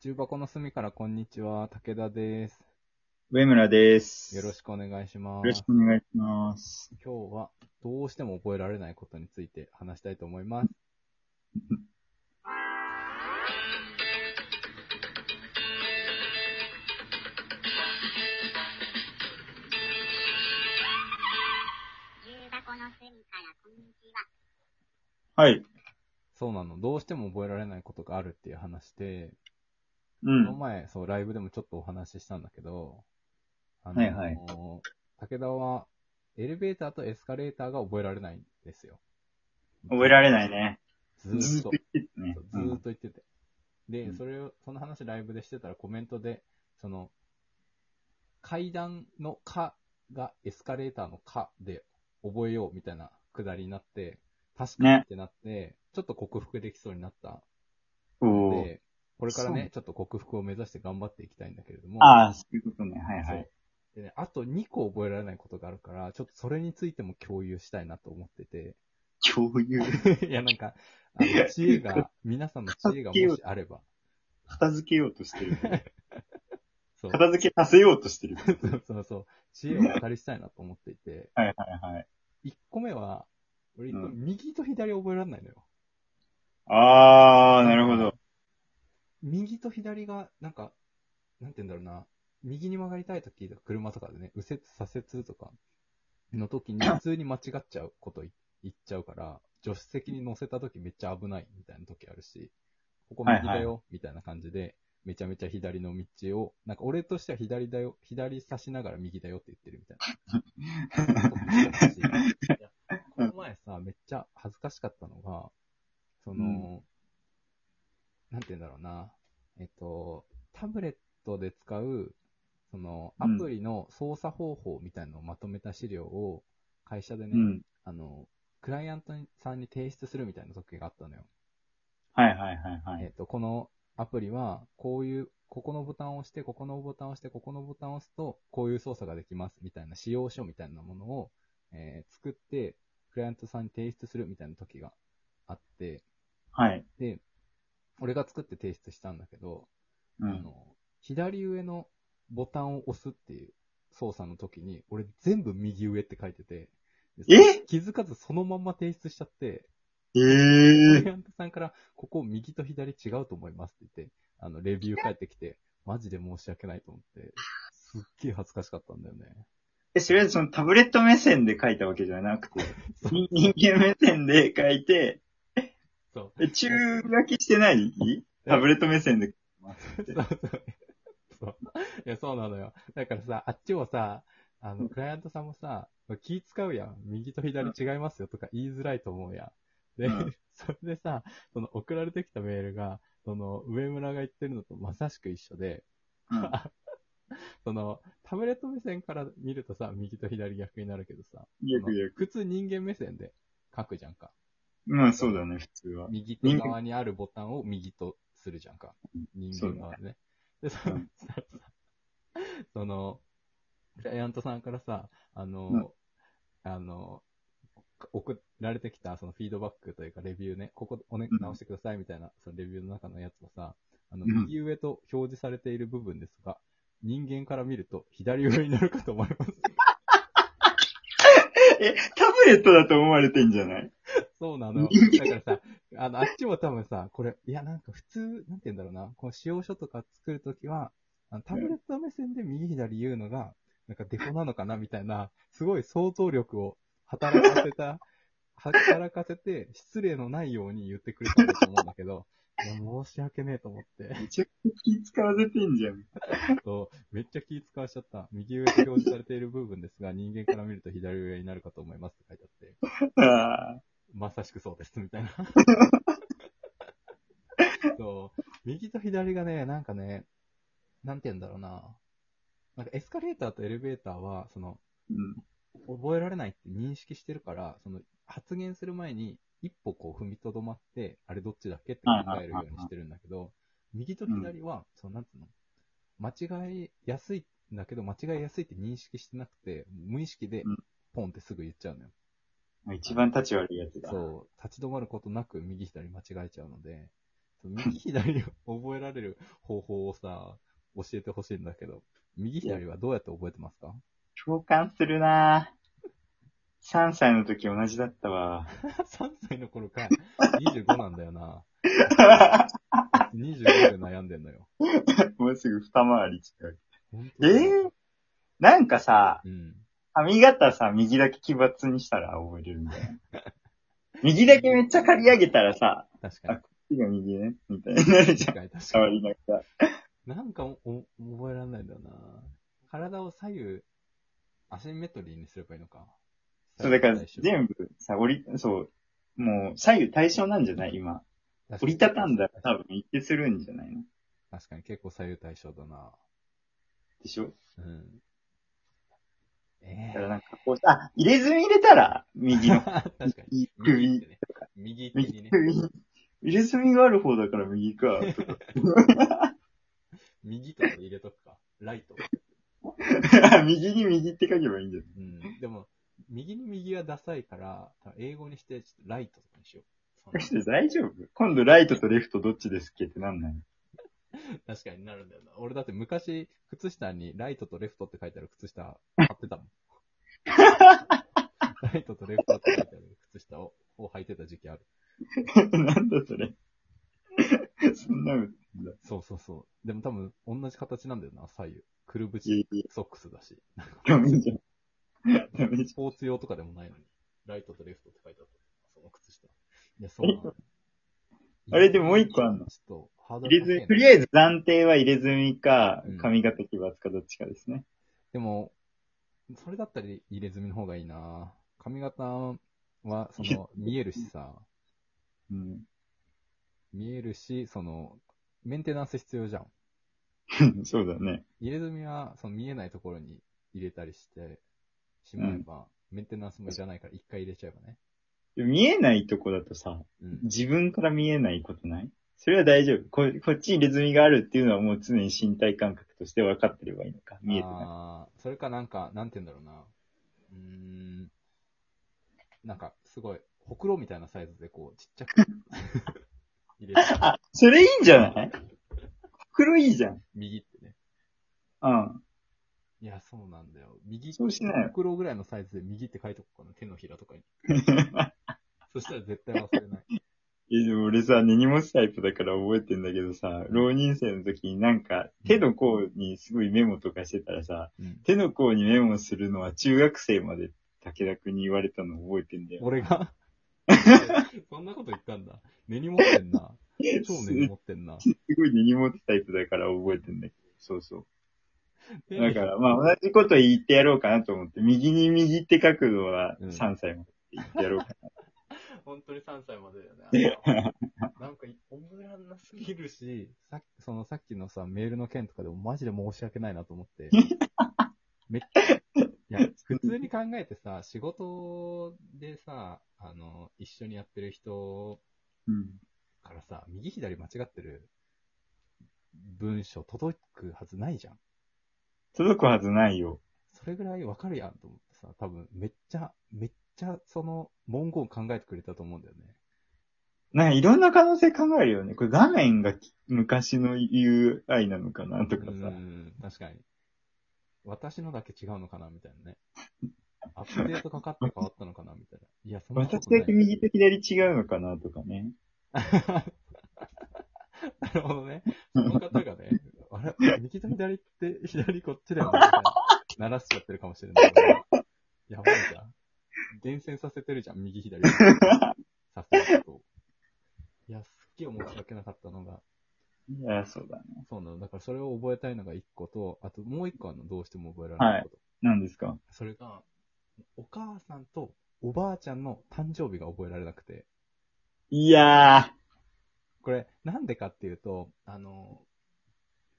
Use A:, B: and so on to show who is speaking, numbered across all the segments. A: 重箱の隅からこんにちは、武田です。
B: 上村です。
A: よろ
B: よ
A: しくお願いします。
B: ろしくお願いします。
A: 今日はどうしても覚えられないことについて話したいと思います。
C: 重箱の隅からこんにちは。
B: はい。
A: そうなの、どうしても覚えられないことがあるっていう話で、
B: う
A: この
B: ん。
A: 前、そう、ライブでもちょっとお話ししたんだけど、あの
B: はいはい
A: 武田はエレベーターとエスカレーターが覚えられないんですよ。
B: 覚えられないね。
A: ずーっと。
B: 言ってたね
A: そうず
B: う
A: ーっ
B: ん
A: と言ってて。で、
B: うん
A: それを、その話ライブでしてたらコメントで、その、階段のかがエスカレーターのかで覚えようみたいなくだりになって、確かに
B: ね
A: ってなって、ちょっと克服できそうになった。
B: おー
A: で、これから
B: そう
A: ね、ちょっと克服を目指して頑張っていきたいんだけれども、
B: ああ、そういうことね。はいはい。
A: そうでね、あと2個覚えられないことがあるから、ちょっとそれについても共有したいなと思ってて、
B: 共有。
A: いやなんか、あの知恵が、皆さんの知恵がもしあれば、
B: 片付けようとしてる。
A: そう。
B: 片付けさせようとしてる。はい
A: そう そうそう。知恵をお借りしたいなと思っていて、
B: はいはい。
A: 1個目は、俺、
B: うん
A: 右と左覚えられないのよ。
B: ああ、なるほど。
A: 右と左が、なんか、なんて言うんだろうな、右に曲がりたいときとか、車とかでね、右折、左折とかの時に、普通に間違っちゃうことい言っちゃうから、助手席に乗せたときめっちゃ危ないみたいなときあるし、ここ右だ
B: はい
A: よみたいな感じで、めちゃめちゃ左の道を、なんか俺としては左だよ、左差しながら右だよって言ってるみたいな。い やこの前さ、めっちゃ恥ずかしかったのが、その、なんて言うんだろうな、えっと、タブレットで使う、その、ア
B: うん
A: プリの操作方法みたいなのをまとめた資料を、会社でね、
B: うん。
A: あの、クライアントさんに提出するみたいな時があったのよ。
B: はいはいはいは
A: え
B: い。
A: っと、このアプリは、こういう、ここのボタンを押して、ここのボタンを押して、ここのボタンを押すと、こういう操作ができます、みたいな使用書みたいなものを、えー作って、クライアントさんに提出するみたいな時があって、
B: はい。
A: で、俺が作って提出したんだけど、
B: う
A: あ
B: ん。
A: の、左上のボタンを押すっていう操作の時に、俺全部右上って書いてて、で
B: え
A: 気づかずそのまんま提出しちゃって、ク
B: ええ
A: ライアントさんから、ここ右と左違うと思いますって言って、あの、レビュー返ってきて、マジで申し訳ないと思って、すっげえ恥ずかしかったんだよね。
B: え、それはそのタブレット目線で書いたわけじゃな くて、
A: そう
B: 人間目線で書いて、
A: そう。
B: え中書きしてないタブレット目線で
A: そうそう。そう。いや、そうなのよ。だからさ、あっちもさ、あの、クライアントさんもさ、気使うやん。右と左違いますよとか言いづらいと思うやん。で、
B: うん
A: それでさ、その送られてきたメールが、その、上村が言ってるのとまさしく一緒で、
B: うん
A: その、タブレット目線から見るとさ、右と左逆になるけどさ、
B: よくよく。
A: 普通人間目線で書くじゃんか。
B: まあそうだね、普通は。
A: 右手側にあるボタンを右とするじゃんか。人
B: そう
A: 間
B: だ
A: 側
B: ね
A: でね。で、そ
B: うん
A: そしたらさ その、クライアントさんからさ、あの、
B: うん
A: あの、送られてきたそのフィードバックというかレビューね、ここお、ね、
B: うん
A: 直してくださいみたいな、そのレビューの中のやつはさ、あの、
B: うん
A: 右上と表示されている部分ですが、人間から見ると左上になるかと思います。
B: え、タブレットだと思われてんじゃない
A: そうなのよ。だからさ、あの、あっちも多分さ、これ、いや、なんか普通、なんて言うんだろうな、この使用書とか作るときは、あのタブレット目線で右左言うのが、なんかデコなのかな、みたいな、すごい想像力を働かせた、 働かせて、失礼のないように言ってくれたんだと思うんだけど、いや、申し訳ねえと思って。
B: めちゃくちゃ気使わせてんじゃん。
A: そう、めっちゃ気使わしちゃった。右上と表示されている部分ですが、人間から見ると左上になるかと思いますって書いてあって。
B: あ
A: まさしくそうです、みたいな。そう。右と左がね、なんかね、なんて言うんだろうな。なんかエスカレーターとエレベーターは、その、
B: ーうん。
A: 覚えられないって認識してるから、その、発言する前に、一歩こう踏みとどまって、あれどっちだっけって考えるようにしてるんだけど、右と左は、その、なんつうの、間違いやすいんだけど、間違いやすいって認識してなくて、無意識で
B: うん、
A: ポンってすぐ言っちゃうのよ。
B: 一番立ち悪いやつだ。
A: そう、立ち止まることなく右左間違えちゃうので、右左を覚えられる方法をさ、教えてほしいんだけど、右左はどうやって覚えてますか
B: 共感するなぁ。3歳の時同じだったわ。
A: ?3 歳の頃か。25なんだよな。25で悩んでんのよ。
B: もうすぐ二回り違う。
A: 本当
B: え
A: だ
B: ー、なんかさ、
A: うん。
B: 髪型さ、右だけ奇抜にしたら覚えれるみたい な。右だけめっちゃ刈り上げたらさ、
A: 確かに。
B: 次が右ね、みたいになるじ ゃ
A: 確。
B: ん
A: かに確か
B: 変わ
A: に。
B: りながら。
A: なんかおお覚えられないんだよな。体を左右、アシンメトリーにすればいいのか。
B: そう、だから
A: 左右対
B: 全部さ、折り、そう、もう左右対称なんじゃない今。
A: 称
B: 折りたたんだら多分一致するんじゃないの
A: 確かに結構左右対称だな。
B: でしょ
A: うん。
B: だ
A: え
B: からなんかこうさ、あ、入れ墨入れたら右の
A: ー、。確かに。
B: 首
A: ね。右手に
B: 右
A: ね。
B: 入れ墨がある方だから右 か。
A: 右とか入れとくか。ライト。
B: 右に右って書けばいいんだよ。
A: うん。でも、右に右はダサいから、多分英語にして、ちょっとライトとかにしよう。その
B: 大丈夫今度ライトとレフトどっちですっけってなんない
A: 確かになるんだよな。俺だって昔、靴下にライトとレフトって書いてある靴下買ってたもん。ライトとレフトって書いてある靴下をを履いてた時期ある。
B: のなんだそれ。 そんなの、
A: そうそうそう。でも多分同じ形なんだよな、左右。くるぶ
B: いや
A: ち、
B: いや、
A: ソックスだし。
B: ダメじゃん。ダメ
A: ス
B: じ
A: ポーツ用とかでもないのに、ライトとレフトって書いてあった。その靴下。いや、そうなの
B: あれでもう一個あんの
A: ちょっと、ハー
B: ゃん。
A: ド
B: 入
A: ル高い
B: れ
A: な
B: 墨、とりあえず暫定は入れ墨か
A: うん、
B: 髪型奇抜かどっちかですね。
A: でも、それだったら入れ墨の方がいいな髪型は、そ の、見えるしさ、
B: うん。
A: 見えるし、その、メンテナンス必要じゃん。
B: そうだね。
A: 入れ墨は、その見えないところに入れたりして、しまえば、メンテナンスもいらないから一回入れちゃえばね。
B: 見えないとこだとさ、
A: うん。
B: 自分から見えないことないそれは大丈夫。ここっち入れ墨があるっていうのはもう常に身体感覚として分かってればいいのか。見えてない。
A: あーそれかなんか、なんて言うんだろうな。うーん。なんか、すごい、ほくろみたいなサイズで、こう、ちっちゃ く入れて、
B: あ、それいいんじゃない黒いいじゃん。
A: 右ってね。
B: うん。
A: いや、そうなんだよ。右、
B: そうしなよ
A: ほくろぐらいのサイズで右って書いとこうかな。手のひらとか に。そしたら絶対忘れない。
B: いやでも俺さ、根に持つタイプだから覚えてんだけどさ、浪人生の時になんか、手の甲にすごいメモとかしてたらさ、
A: うん、
B: 手の甲にメモするのは中学生まで武田くんに言われたの覚えてんだ よ。
A: 俺がそんなこと言ったんだ。根に持ってんな。超根に持ってんな。
B: すごい根に持つタイプだから覚えてんだけど、そうそう。
A: 手
B: だ
A: に
B: から、まあ、同じこと言ってやろうかなと思って、右に右って書くのは
A: うん
B: 3歳まで言ってやろうか な。
A: 本当に3歳までだよね。なんか、おむらなすぎるし、さっき、そのさっきのさ、メールの件とかでもマジで申し訳ないなと思って。めっちゃ、いや、普通に考えてさ、仕事でさ、あの、一緒にやってる人
B: うん。
A: からさ、右左間違ってる文章届くはずないじゃん。
B: 届くはずないよ。
A: それぐらいわかるやんと思ってさ、多分めっちゃ、めっちゃその文言考えてくれたと思うんだよね。
B: なんかいろんな可能性考えるよね。これ画面がき昔の UI なのかなとか
A: う
B: さ。
A: ん、確かに。私のだけ違うのかなみたいなね。アップデートかかって変わったのかなみたいな。いや、そんなこ
B: 私
A: とない。
B: だけ右と左違うのかなとかね。
A: なるほどね。その方がね、あれ、右と左って左こっちだよね。みたいな鳴らしちゃってるかもしれない。やばいじゃん。伝染させてるじゃん、右左。させると。いや、すっげえ申し訳なかったのが、
B: いや、そうだね。
A: そうなの。だからそれを覚えたいのが一個と、あともう一個あの、どうしても覚えられないこと。
B: 何ですか
A: それが、お母さんとおばあちゃんの誕生日が覚えられなくて、
B: いや
A: これ、なんでかっていうと、あの、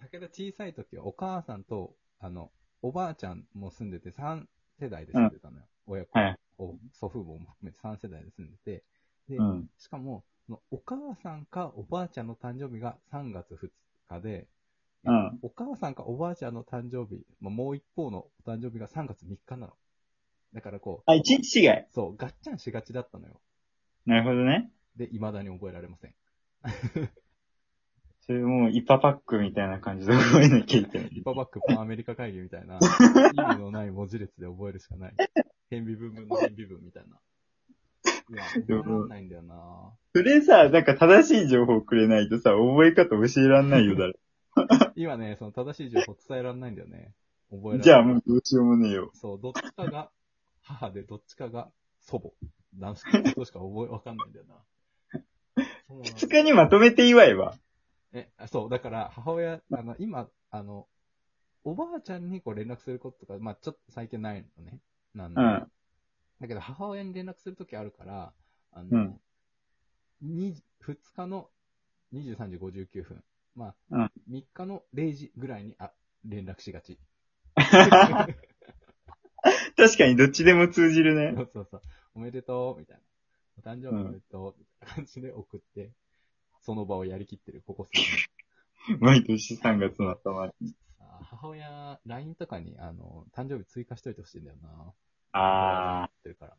A: 武田小さい時はお母さんと、あの、おばあちゃんも住んでて、3世代で住んでたのよ。親子、
B: はい
A: お祖父母も含めて3世代で住んでて、で、
B: ー。うん。
A: しかも、そのお母さんかおばあちゃんの誕生日が3月2日で、
B: うん。
A: お母さんかおばあちゃんの誕生日、まあ、もう一方のお誕生日が3月3日なの。だからこう、
B: あ、一日違い。
A: そう、ガッチャンしがちだったのよ。
B: なるほどね。
A: で、未だに覚えられません。
B: それもう、イパパックみたいな感じで覚えなきゃいけない
A: リ。パバックパンアメリカ会議みたい な、意味のない文字列で覚えるしかない。変微分分の変微分みたいな。いや、覚えらんないんだよな
B: それさ、なんか正しい情報くれないとさ、覚え方教えらんないよ、誰。
A: 今ね、その正しい情報伝えられないんだよね。覚えられない。
B: じゃあもうどうしようもねえよ。
A: そう、どっちかが母で、どっちかが祖母。男子のことしか覚え、わかんないんだよな。そうなんだ
B: 二日にまとめて祝えば。
A: え、あそう、だから、母親、あの、今、あの、おばあちゃんにこう連絡することとか、まあ、ちょっと最近ないのね。なんで。
B: うん。
A: だけど、母親に連絡するときあるから、あ
B: う
A: の
B: ん、
A: 二2日の23時59分、ま
B: う
A: あ
B: ん、
A: 3日の0時ぐらいに、あ、連絡しがち。
B: 確かにどっちでも通じるね
A: そ。うそうそう。おめでとう、みたいな。お誕生日おめでとう、みたいな感じで送って、その場をやりきってる、ここ数年。
B: 毎年3月の頭に。
A: あ母親、LINE とかに、あの、誕生日追加しといてほしいんだよな。
B: あ
A: ってるから。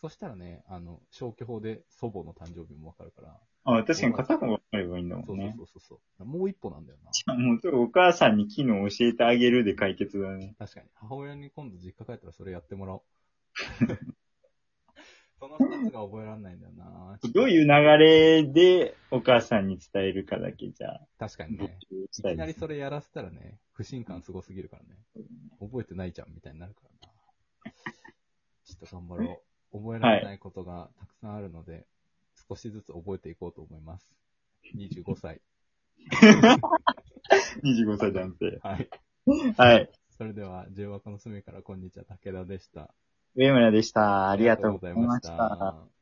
A: そしたらね、あの、消去法で祖母の誕生日もわかるから。
B: ー。あ、確かに片方分かればいいんだも
A: そうん
B: ね。
A: そうそうそう。もう一歩なんだよな。
B: もうそれお母さんに機能教えてあげるで解決だね。
A: 確かに。母親に今度実家帰ったらそれやってもらお う。その二つが覚えられないんだよな。
B: どういう流れでお母さんに伝えるかだけじゃあ、
A: 確かに
B: 募集
A: ね。い
B: した
A: き
B: い
A: な
B: で
A: り
B: すね
A: それやらせたらね、不信感すごすぎるからね。覚えてないじゃんみたいになるからな。ちょっと頑張ろう。覚えられないことがたくさんあるので、少しずつ覚えていこうと思います。25歳。
B: 25歳男性。
A: はい。
B: はい。
A: それでは、十和子の隅からこんにちは、武田でした。
B: 上村でした。
A: あ
B: ありがとうございまし
A: りがとうござい
B: た。
A: ました。